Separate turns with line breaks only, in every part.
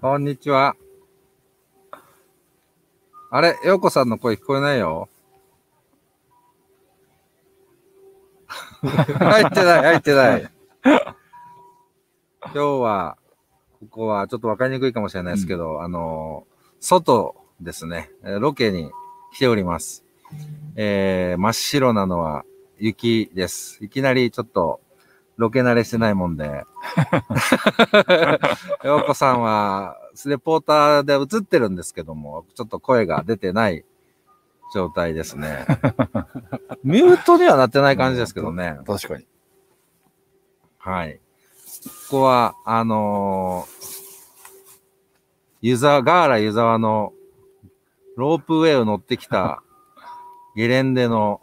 こんにちは。あれ、ようこさんの声聞こえないよ。 入ってない、入ってない。今日は、ここはちょっとわかりにくいかもしれないですけど、あのー、外ですね、えーロケに来ております。えー、真っ白なのは雪です。いきなりちょっと、ロケ慣れしてないもんで。ようこさんは、レポーターで映ってるんですけども、ちょっと声が出てない状態ですね。ミュートにはなってない感じですけどね。
確かに。
はい。ここは、あのー、湯沢、ガーラ湯沢のロープウェイを乗ってきたゲレンデの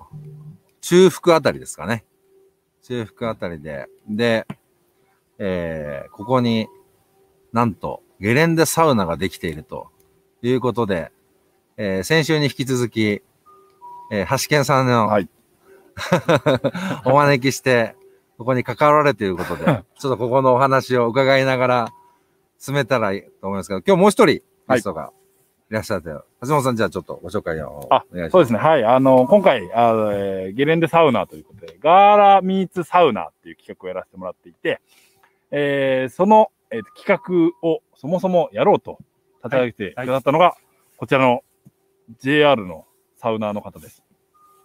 中腹あたりですかね。中腹あたりで。で、えー、ここになんとゲレンデサウナができているということで、えー先週に引き続き、えー、橋健さんの、
はい
お招きして、ここに関わられていることで、ちょっとここのお話を伺いながら進めたらいいと思いますけど、今日もう一人ゲストがいらっしゃって、橋本さんじゃあちょっとご紹介をお
あ
願いし
そう
ま。
です すね。はい。あの、今回、あのえーゲレンデサウナということで、ガーラミーツサウナっていう企画をやらせてもらっていて、えーその、えー企画をそもそもやろうと立ち上げてくださったのが、こちらの JR のサウナーの方です。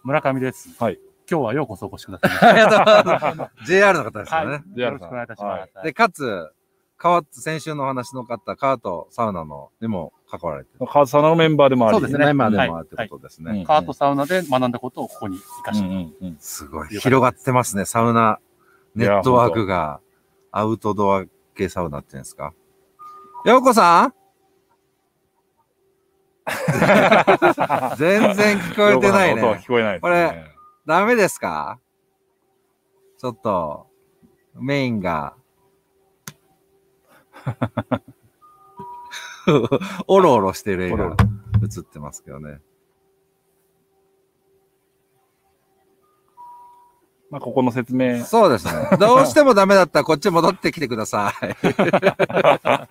村上です。
はい。
今日はようこそお越しくださいま
ありがとうございます JR の方です
した。
よね。
はい。よろしくお願いいたします。
で、かつ、川津、先週のお話の方、川とサウナのにも関わられてる。
カーズサウナのメンバーでもあり、
そうですね
メンバーで
はい
もあるってことですね。
はい
カートサウナで学んだことをここに生か
う
し
ん
て、
うんうん
すごい。広がってますね、サウナネットワークが、アウトドア系サウナっていうんですか。ようこ さん全然聞こえてない
ロゴの音は
ね。
聞こえないです、ね。
これダメですかちょっと、メイン が。おろおろしてる絵
おろお
が
ろ
映ってますけどね。
まあ、ここの説明。
そうですね。どうしてもダメだったらこっち戻ってきてくださ い。
ま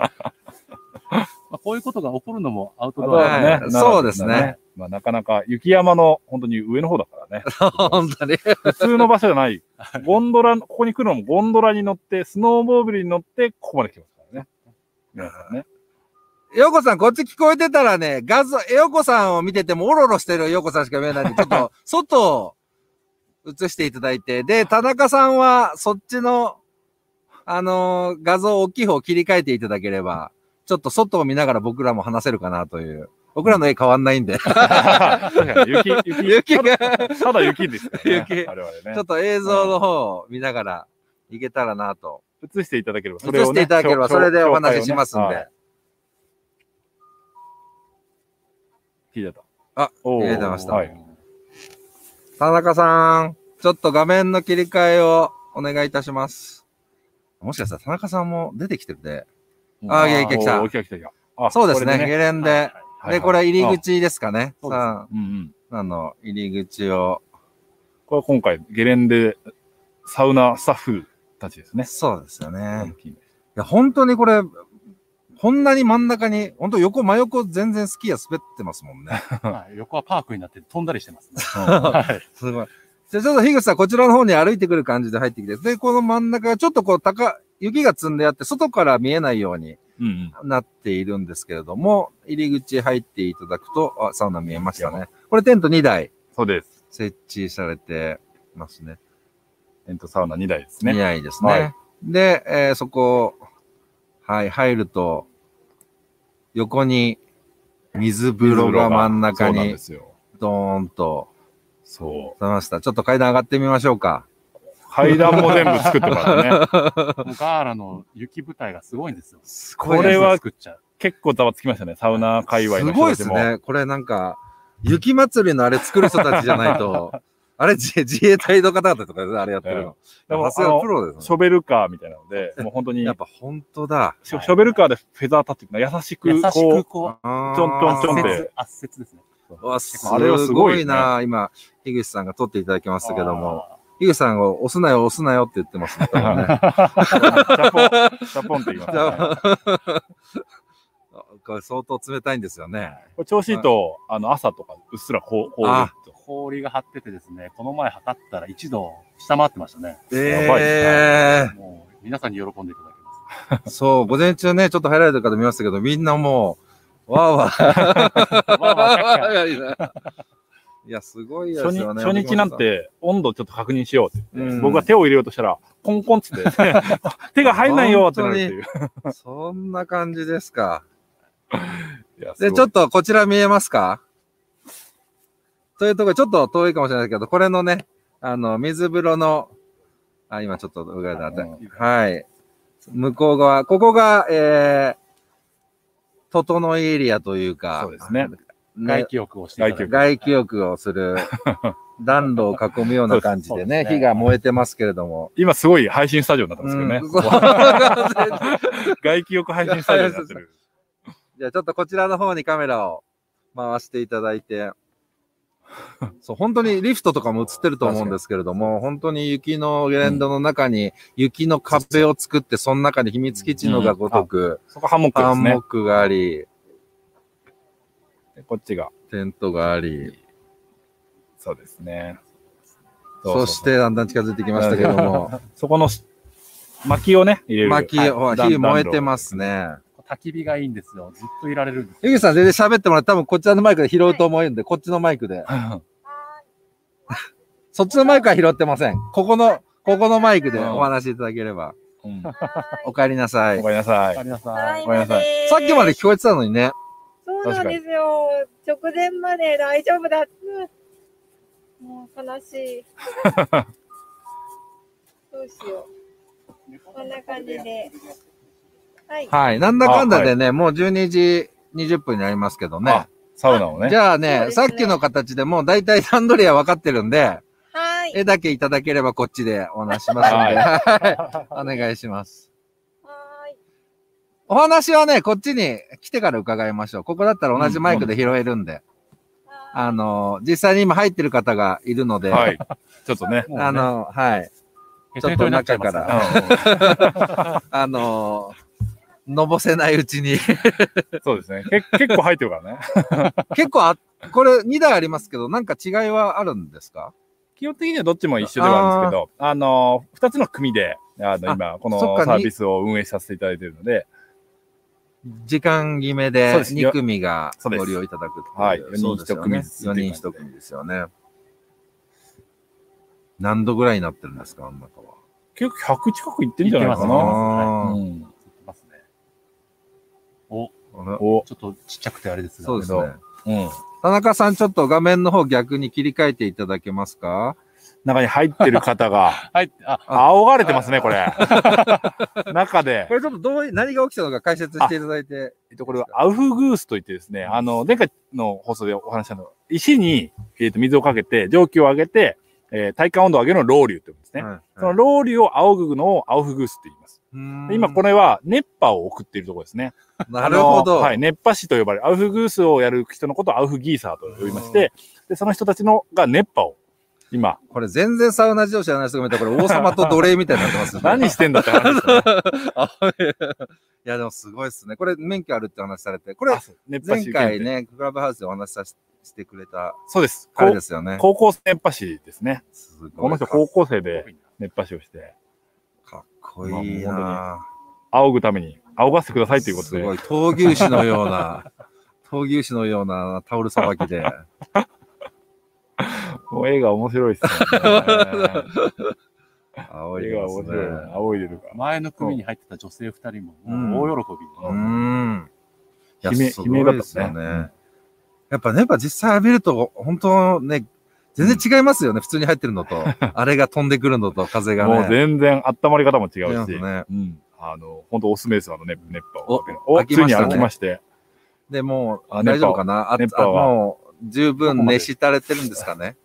あ、こういうことが起こるのもアウトドア
は
で
い
ね、
ならでは
そうですね。
まあ、なかなか雪山の本当に上の方だからね。
本当に。
普通の場所じゃない。ゴンドラ、ここに来るのもゴンドラに乗って、スノーモービルに乗って、ここまで来ますからね。皆さんね。
ようこさん、こっち聞こえてたらね、画像、ようこさんを見ててもおろおろしてるようこさんしか見えないんで、ちょっ と、外を映していただいて、で、田中さんは、そっちの、あのー画像大きい方を切り替えていただければ、ちょっと外を見ながら僕らも話せるかなという。僕らの絵変わんないんで、ち
確かに雪、雪。
雪が
ただただ雪ですからね。
雪
我々
ょ
ね
っ。と映像の方を見ながらいけたらなと。
映していただければ、
映していただければ、それでお話ししますん。
紹介をね
で
は。い聞いてた。
あ、
おー
聞いてました
はい。
田中さん、ちょっと画面の切り替えをお願いいたします。もしかしたら田中さんも出てきてるで。あーいやいけ来た
おー来た来た来た。あ
そうですね、
これ
ゲレン
はい
デ。
はい
で、これ入り。口ですかね。
そうです
さ
うんうん。
あ、あの、入り口を。
これは今回、ゲレンデサウナスタッフたちですね。
そうですよ
うん
ね。いや、本当にこれ、こんなに真ん中に、本当横、真横全然スキーは滑ってますもん ね。
はい横はパークになって飛んだりしてますね。
すごい。じゃあちょっと樋口さん、こちらの方に歩いてくる感じで入ってきて、で、この真ん中がちょっとこう高、雪が積んであって、外から見えないように
うんうん。
なっているんですけれども、入り口入っていただくと、あ、サウナ見えましたね。これテント2台
そうです。
設置されてますね。
テントサウナ2台です
見
ね。
ないですね。
はい
で、えーそこ、はい、入ると、横に水風呂が真ん中
そうなん
に
ですよ。
ドーンと
そう。
出ました。ちょっと階段上がってみましょうか。
階段も全部作ってもら ってね。
もうガーラの雪舞台がすごいんですよ。
これは
作っちゃう。
結構ざわつきましたね。サウナ界隈の
すごい
人
で
た
す
ちも。
ね。これなんか、雪祭りのあれ作る人たちじゃないと、 あれ自自衛隊の方々とかであれやってるの。
でも
さすがプロです
シ
ね。
ョベルカーみたいなので、もう本当に、
やっぱ本当だ。
ショショベルカーでフェザー立ってくの優し
優
く、
し
こ
くこ
ちょ
ちょんちょんちょんって
う、圧接ですね。
うわ、す
あれはすご
ご
いね
いな。今、樋口さんが撮っていただきましたけども。
あ
ゆうさんが押すなよ、押すなよって言って ますね。多分ね
う、ジャポン、ジャポンって言いますね。
か相当冷たいんですよね。
これ調子いいと、あの、朝とかうっすら凍凍る
あ
と。
氷が張っててですね、この前測ったら1度下回ってましたね。
やばい
え
もう皆さんに喜んでいただけます。
えそう、午前中ね、ちょっとハイライトから見ましたけど、みんなもう、わーわー。
わーわー キャッキャ
いや、すごいです
初日
よね。
初日なんて温度ちょっと確認しようって言って、
うん
僕が手を入れようとしたら、コンコンっつ って、手が入んないよってなるっていう。
本当に。そんな感じですか。
いや
で、ちょっとこちら見えますかというところ、ちょっと遠いかもしれないけど、これのね、あの、水風呂の、あ、今ちょっとうがいだった。はい。向こう側、ここが、えー、整いエリアというか、
そうですね。
ね
外気浴をしていただいて
外気浴
外気浴をする暖炉を囲むような感じでね、
そうですそうですね
火が燃えてますけれども。
今すごい配信スタジオになってますけどね。
うんそう
外気浴配信スタジオにな ってる。
じゃあちょっとこちらの方にカメラを回していただいて、 そう、本当にリフトとかも映ってると思うんですけれども、本当に雪のゲレンドの中に雪の壁を作って、その中に秘密基地のがごとく、
そこハンモックで
ハ
す
ンモ
ね
ッ。クがあり、
でこっちが。
テントがあり、
そうですね。
そしてだんだん近づいてきましたけど も、
そこのし薪をね、入れる。
薪、ほら
だん
火
だん
燃えて ますね。
焚き火がいいんですよ。ずっといられるんですよ。
ゆきさん全然喋ってもらって、多分こちらのマイクで拾うと思うんで、こっちのマイクで。そっちのマイクは拾ってません。ここの、ここのマイクでお話しいただければ。
うんご
お帰りなさい。
めんなさい
あ。りがとうご
た
ざ
だ
い
い
ます。
まで
さっきまで聞こえてたのにね。
そうなんですよ。直前まで大丈夫だうんもう悲しい。 どうしよう。こんな感じで。はい。
はい。なんだかんだでね、もう12時20分になりますけどね
あ。サウナをね。
じゃあ
そう
ね、
です
さっ
ね
きの形でもう大体サンドリア分かってるんで、
はい。
絵だけいただければこっちでお話しますので、はい。お願いします。
はい。
お話はね、こっちに来てから伺いましょう。ここだったら同じマイクで拾えるんで。あの、実際に今入ってる方がいるので、
はい。ちょっとね。
あの、はい。
ヘ
ち
ト
ょ
ヘ
っ
ト
と
になっちゃ
中
いま
か
すから
ら、あの、のぼせないうちに。
そうですね。け結構入ってるからね。
結構あ、これ2台ありますけど、なんか違いはあるんですか
基本的にはどっちも一緒ではあるんですけど、あの、二つの組で、あの、
あ
今、こ
そっ
の
か
サービスを運営させていただいているので、
時間決めで
そうです
2組が
そうです
ご利用いただくってう
はい
そうですよね
四人一組ず
四
つっていう感じで
人一組ですよね。何度ぐらいになってるんですかあん中は。
結構100近く行ってるんじゃないか
行って
な。
あー
うん
ますね。お、
あ
お、
ちょっとちっちゃくてあれですが。
そうですね。
うん。
田中さん、ちょっと画面の方逆に切り替えていただけますか
中に入ってる方が、
はい。あ、
仰がれてますね、これ。 中で
こ。れちょっとどうい、何が起きたのか解説していただいて。
えっと、これはアウフグースといってですね、あの、前回の放送でお話ししたの、石に、えっと、水をかけて、蒸気を上げて、えー体感温度を上げるのをロウリュウって言うんですね。
はい
そのロウリュウを仰ぐのをアウフグースって言います。で今、こ
れ。
れは熱波を送っているところですね。
なるほ
あ
ど。
のはい、熱波師と呼ばれる、アウフグースをやる人のことをアウフギーサーと呼びまして、で、その人たちのが熱波を、今、
これ全然サウナ事情知らない人が見たら、これ王様と奴隷みたいになってますよね
何してんだって話ですよね。
あいや、でもすごいですね。これ、免許あるって話されて、これ
あ、そう熱波 師
前
検
回
定。
ね、クラブハウスでお話しさせしてくれた、
そうです。
あれ
こ
で
う
すよね。
高校生熱波師ですね。
すごい
この人
か
高校生で
多いな
熱波師をして、
かっこいいな
仰ぐために、仰がせてくださいということ
す
で。
ごい、闘牛士のような、闘牛士のようなタオルさばきで。
もう絵が面白いです ね。
青いですね。
絵が面白い。仰いでるから。
前の組に入ってた女性二人も、
うん
もう大喜びで。
うーん。いや、
悲鳴
すごいですよ
悲鳴
ね。やっぱね、やっぱ実際浴びると、本当ね、全然違いますよね。普通に入ってるのと、 あれが飛んでくるのと、風がね。
もう全然温まり方も違
違いうま
し。
すね
うん。あの、本当おすすめです、あのね、熱波を。
お
お
飽
つ
き
い
まし
に
たね
飽きまして。
で、もう、
あ
大丈夫かなあ
熱
あ
波は
もう、十
どこ
分
まで
熱したれてるんですかね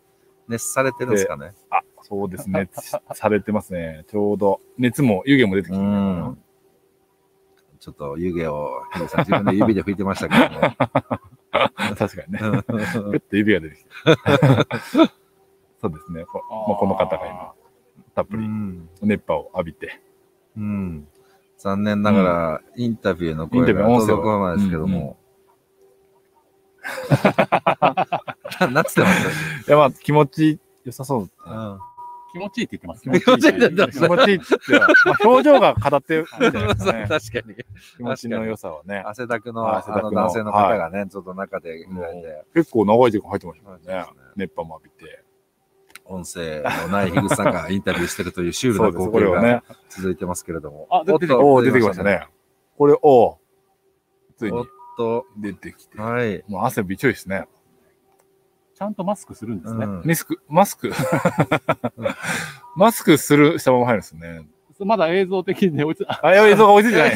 熱されてるんですかね
あ、そうですね。されてますね。ちょうど。熱も湯気も出てき
う
て。
ん。ちょっと湯気を、ヒデさん自分の指で拭いてましたけ
確かにね。
ども
ペ。ッと指が出 てきて。そうですね。こまあこの方が今、たっぷ
う
り
ん。
熱波を浴びて。
うん。残念ながら、インタビューの声が
インタビュー音声は
届かないですけども。な なんつってます
いや、まあ、気持ち良さそう。
気持ちいいって言ってます。
気持ちいいって言って
気
ま
持ちいいって言って、まあ、表情が語ってるみたい な
そう確
ね、
かに。
気持ちの良さはね。
汗だくの
あ
あ
汗だくの
の男性の方がね、ちょっと中でぐらいで、
結構長い時間入ってましたもんね
そうですね。
熱波も浴びて。
音声のない樋口さん がインタビューしてるというシュール
そ
な
うです、
光
これ
景
は
が
ね。
続いてますけれども。
あ出てきた
お
お
っ
お、
と
出てきました。ね。これ、おお。つい
お
に
っと、
出てきて。
はい。
もう汗びちょいですね。
ちゃんとマスクするんで
う
すね。
ん
マスク、マスク。マスクする、したまま入るんですね。
まだ映像的に追いつ、
あ、いや映像が追いついてない。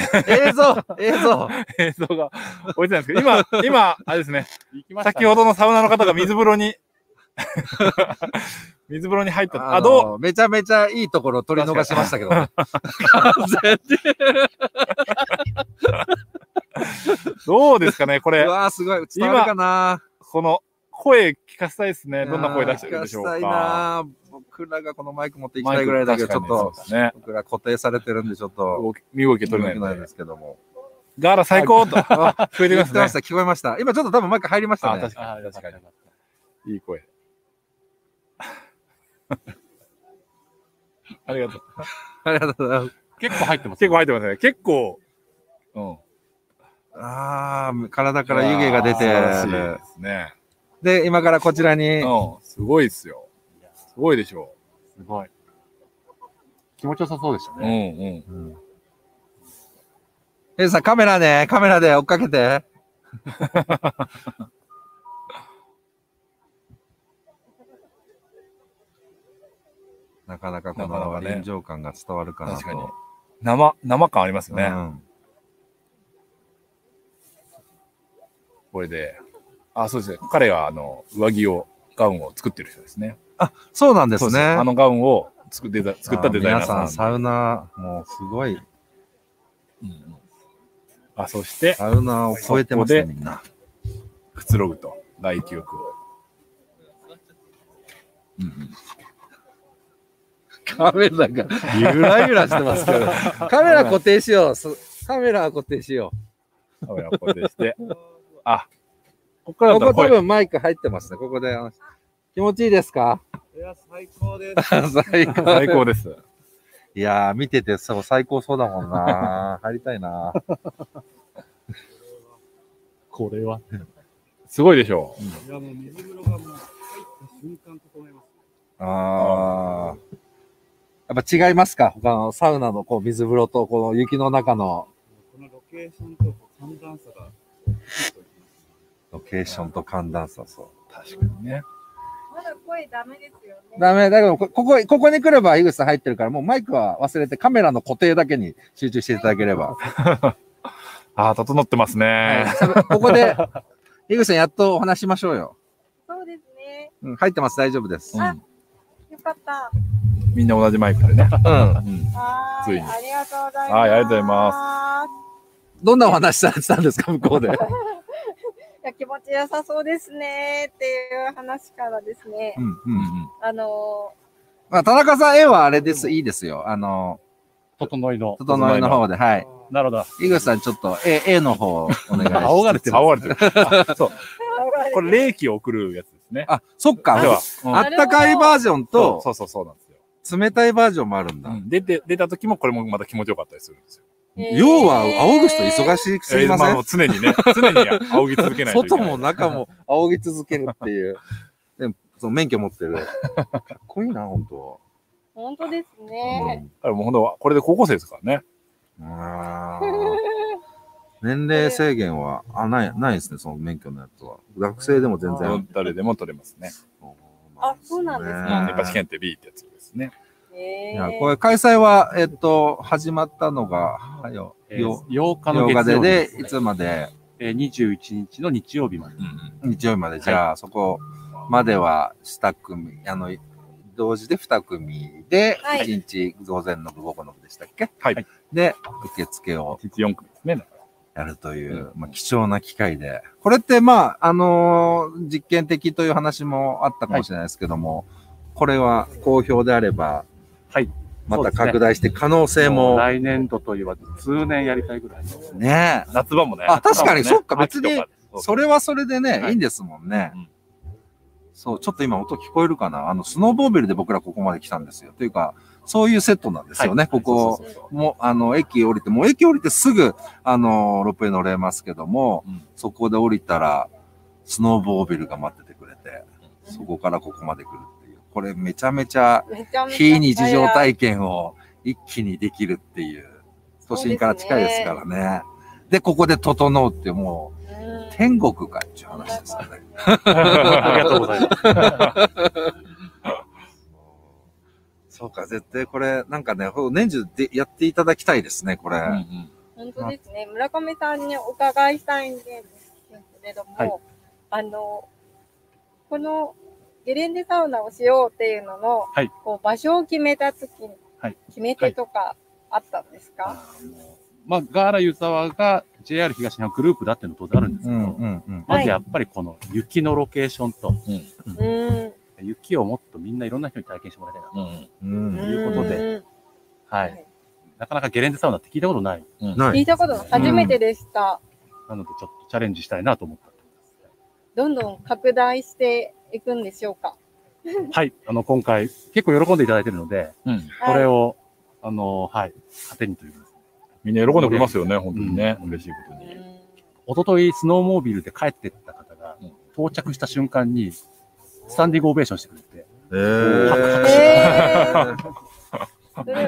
映像映像
映像が追いついてないんですけど、今、今、あれですね。
行きました、
先ほどのサウナの方が水風 呂に、水風呂に入った。 あ、
あ
どう
のめちゃめちゃいいところを取り逃しましたけどね。
どうですかねこれ
う、わー、すごい。伝わるかな
この声聞かせたいですね。どんな声出してるんでしょう
いやー聞かせたい
か。
なー僕らがこのマイク持っていき
マ
た
イ
い
ク
ぐらいだけど、ちょっ
確かに
と
そう、ですね。
僕ら固定されてるんで、ちょっと、
動き身動き取
取
れ
れ
な
ないいで
ので。
すけども。
ガーラ最高と、
あ
増えて
言
ま
っ
す
てま
ね
し。た、聞こえました。今ちょっと多分マイク入りました
あ、
ね
確。
あ
か
ー
に。
よかっ
確か
たよかっ
に。いい声。 ありがとう。
ありがとうございます。
た結構入ってます、
結構入ってますね。結構、うん。
あー、体から湯気が出
いやー素
て
晴らしい
る。
ですね。
で、今からこちらに、
うん。すごいですよ。すごいでしょ
すごい。気持ちよさそうでした
う。うん
ね。
うん。
うんえいさん、カメラね、カメラで追っかけ て。なかなかこ
なかな
の
かね
臨場感が伝わるかなと。
確かに生、生感ありますよね。
うん
これで。あ、そうですね。彼が、あの、上着を、ガウンを作ってる人ですね。
そうなんで
そう
すね。
あのガウンを作デザ作ったデザイナー
あ
さん。
皆さん、サウナ、もうすごい、
うんうんあ、そして、
サウナを超えてますね、
そこ
みんな。
くつろぐと、外気浴を。うんうん
カメラが、ゆらゆらしてますけど。 カメラ固定しようそ。カメラは固定しよう。
カメラを固定して。あ、ここからだ
ことこ多
声
分マイク入ってますね。ここで。あの気持ちいいですか
いや、最高です。
最高。
最高です。
いやー、見ててそう最高そうだもん な。入りたいな。
これは。
すごいでしょ
いや、もう水風呂がもう入った瞬間整います。
あー。やっぱ違いますか他のサウナのこう水風呂とこの雪の中の
このロケーションとこう寒暖差が。
ロケーションと寒暖差そう。
う。確かにね。
まだ声ダメですよね。
ダメ、だけど、こここ、ここに来れば、井口さん入ってるから、もうマイクは忘れて、カメラの固定だけに集中していただければ。
あ、整ってますね。
ここで、井口さんやっとお話しましょうよ。
そうですね。
うん、入ってます、大丈夫です。
あよかった。
みんな同じマイクでね。
うん。
うん
はー
ついに
ありがとうございます。
はいありがとうございま
どんなお話されてたんですか、向こうで。
す。いや気持ちよさそうですねっていう話からですね
う。ん、う
うん
ん。
うん
あの
まあ、田中さん、絵はあれです、いいですよ。あの、
整いの。
整いの方で、はい。
なるほど。
井口さん、ちょっと、絵、絵の方、お願いし ます。
煽られてま
煽られてる。あそう。
ー
これ、冷気を送るやつですね。
あ、そっ
では
か。、
うん
あったかいバージョン
そう
と、
そうそうそうなんですよ。
冷たいバージョンもあるんだ。
うん出て、出た時もこれもまた気持ちよかったりするんですよ。
要は、仰ぐ人忙
しい。
しすぎませ
えー
ん
あの常にね、常に仰ぎ続けないといけ
外
ない。
も中も仰ぎ続けるっていう。でも、その免許持って る。かっこいいな、本当。
本当ですね。
う
あれもうほんと、これで高校生ですからね。
ん、あー年齢制限は、あ、ない、ないですね、その免許のやつは。学生でも全
う
然。
誰でも取れますね。
あそうなんですね
やっぱ試験って B ってやつですね。
えー
いや、これ、開催は、えっと、始まったのが、はよ、
えー
よ、
8日の
ヨガ
月
で
曜
で
日で、す
い
ね
つまで、
えー21日の日曜日まで。
日曜日まで、じゃあ、そこまでは、2組、あの、同時で2組で、
はい
1日午前の部午後の部でしたっけ
はい。
で、受付を
一4組ですね。
やるという、まあ、貴重な機会で。これって、まあ、あのー実験的という話もあったかもしれないですけども、これは好評であれば、
はい。
ま
そう
た
ですね
拡大して可能性も。
来年度といえば、通年やりたいぐらい。
ねえ。
夏場もね。
あ確かに
夏場もね
そっか別に
秋とかです
それはそれでね、
はい
い、いんですもんね、
うん
そう、ちょっと今音聞こえるかなあの、スノーボービルで僕らここまで来たんですよ。というか、そういうセットなんですよね、ここ。
そうそうそう
もう、あの、駅降りて、もう駅降りてすぐ、あの、ロープウェイ乗れますけども、
うん
そこで降りたら、スノーボービルが待っててくれて、そこからここまで来るっていう。これめちゃめちゃ、
めちゃめちゃ
非日常体験を一気にできるっていう、都心から近いですからね。で、ここで整うってもう、
うん
天国かっていう話ですよね。
ありがとうございます。
そうか、絶対これ、なんかね、ほ年中でやっていただきたいですね、これ。
うんうん
本当ですね。村上さんにお伺いしたいんですけれども、
はい
あの、このゲレンデサウナをしようっていうのの、
はい
こう場所を決めた時に、
はい
決め手とかあったんですか、
まあ、ガーラ湯沢が JR 東日本グループだっていうの当然あるんです
う
けど、
んうんうん。
まずやっぱりこの雪のロケーションと、
うん。
雪をもっとみんないろんな人に体験してもらいたいなと。
う
う
ん
ん
と
いうことで
で、
はい。なかなかゲレンデサウナって聞いたことない。
うん
ない
聞いたことない初めてでした。
なので、ちょっとチャレンジしたいなと思ったとこ
どんどん拡大していくんでしょうか
ろです。はい。あの、今回、結構喜んでいただいてるので、
うん
これ
を。
を、あの、はい、糧にというかですね、
みんな喜んでくれますよね、本当にね。
うん
嬉しいことに。
おととい、スノーモービルで帰ってった方が
うん、
到着した瞬間に、スタンディングオベーションしてくれて、
えー
えー、それ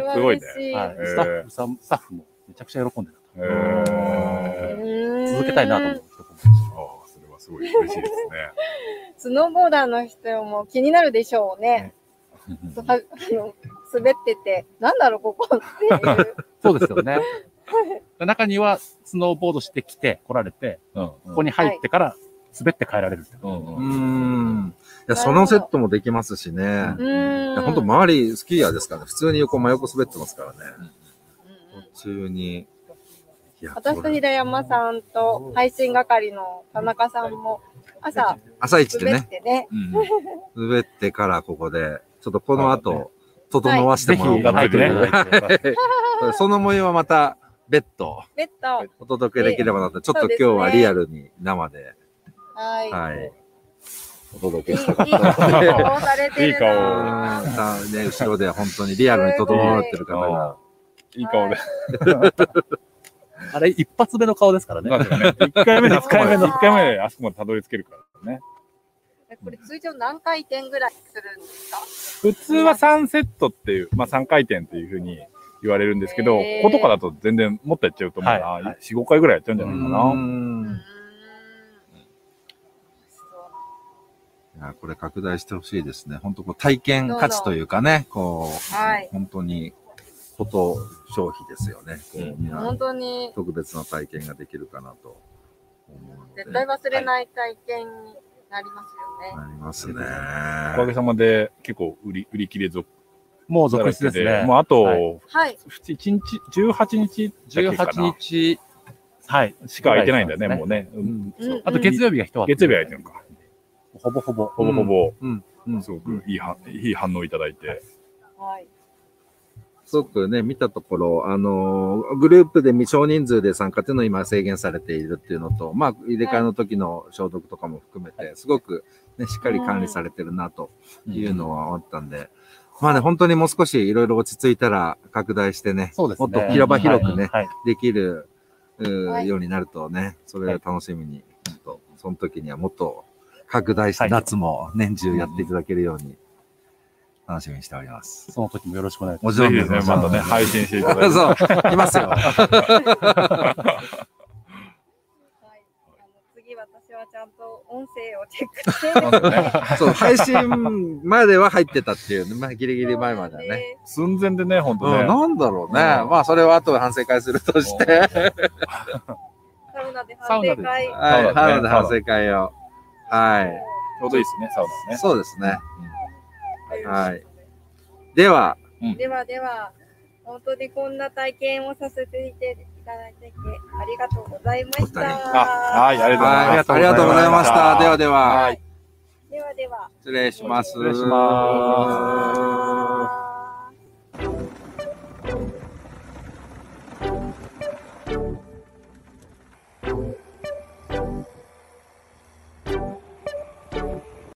は
すごい
嬉
ね
しい。
はい
へー
スタッフさん、スタッフもめちゃくちゃ喜んでた。
へー
うん
続けたいなと思う人もい まし
ああ、それはすごい嬉しいです
スノーボーダーの人も気になるでしょうね。
ね。
はあの滑ってて、なんだろう、ここっていう。
そうですよね。中には、スノーボードしてきて、来られて、
うん
ここに入ってから、滑って帰られるってい
う
う。
ん
う
うん
ん。い
な
や、
るほど
そのセットもできますしね。いや
うーん。
本当周りスキーヤーですからね。普通に横真横滑ってますからね。
うんうん
普通に。いや、
私
ことれ
平山さんと配信係の田中さんも朝
朝一で
滑っ
ね、
てね、
うん
滑ってからここで、ちょっとこの後、整わせて
ぜひ、
もらおうかな。
入ってね。
その模様はまた、別途、
別途、
お届けできればなと、ちょっと
そ
今
うです
日
ね
はリアルに生で、
はい。
はい、お届
いい、い
け し
い
たかっ
顔されてる
いい顔
な
た。うんね、後ろで本当にリアルに整ってる方が。
いい顔で。
あれ、一発目の顔ですからね。
なんかね、1回目で、一回目
そ
で、
う
一回目であそこまでたどり着けるからね。
これ通常何回転ぐらいするんですか
普通は3セットっていう、まあ3回転っていうふうに言われるんですけど、こ
へー
ことかだと全然もっとやっちゃうと思う
はいは
な。4、5回ぐらいやっちゃうんじゃ
う
ないかな。
うーん
ん。いや、これ拡大してほしいですね。本当こう体験価値というかね、こう、
はい
本当に、こと消費ですよね。こう
うん
みんな
本当に
特別な体験ができるかなと思う
絶
ので、
対
な
忘れない体験になりますよ
り
ね。
ますね。
おかげさまで結構売り、売り切れ続
もう
出
続出ですね。
もうあ
はい
と、
はい。
1日、18日だけかな
18日、はい。
しか空いてないんだよね、もう
ね。
ね。うん
うんうん
あと月曜日が人は。
月曜日空いてるのか。
ほぼほぼ。
ほぼほぼ、
うん。うん。
すごくいいは、いい反応いただいて。
はい。
すごくね、見たところ、あのーグループで未少人数で参加っていうのを今制限されているっていうのと、まあ、入れ替えの時の消毒とかも含めて、すごく、ね、しっかり管理されてるなというのはあったんで、まあね、本当にもう少しいろいろ落ち着いたら拡大してね、
そうですね。
もっと平場広くね
はい。
できる、うー
はい
ようになるとね、それを楽しみに、ちょっとその時にはもっと拡大して、
はい
夏も年中やっていただけるように、楽しみにしております。
その時もよろしくお願いしま
もち
ぜ
ろ
ひ
ん
ですね、
もちろん
またね、配信していただい て。
そう、いますよ。
はい、あの次私はちゃんと音声をチェックしてるんで
なんかね
そう、配信までは入ってたっていう、まあ、ギリギリ前まではね。
寸前でね、本
う
当
ん、
ね。
なんだろうね。
うん
まあ、それは後で反省会するとして。
サウナで反省会。
はい、
そうだね
後で反省会を。は
ちょうどいいですね、サウ
い。
ナね。
そうですね。
は
はい。では、
い。ではでは、本当にこんな体験をさせていただいてありがとうございまし
あ、
た。
はい、あ
は
り
い
が、とうございます。
ありがとうございました。ではでは、
ではでは。
失礼します。
す。失礼します。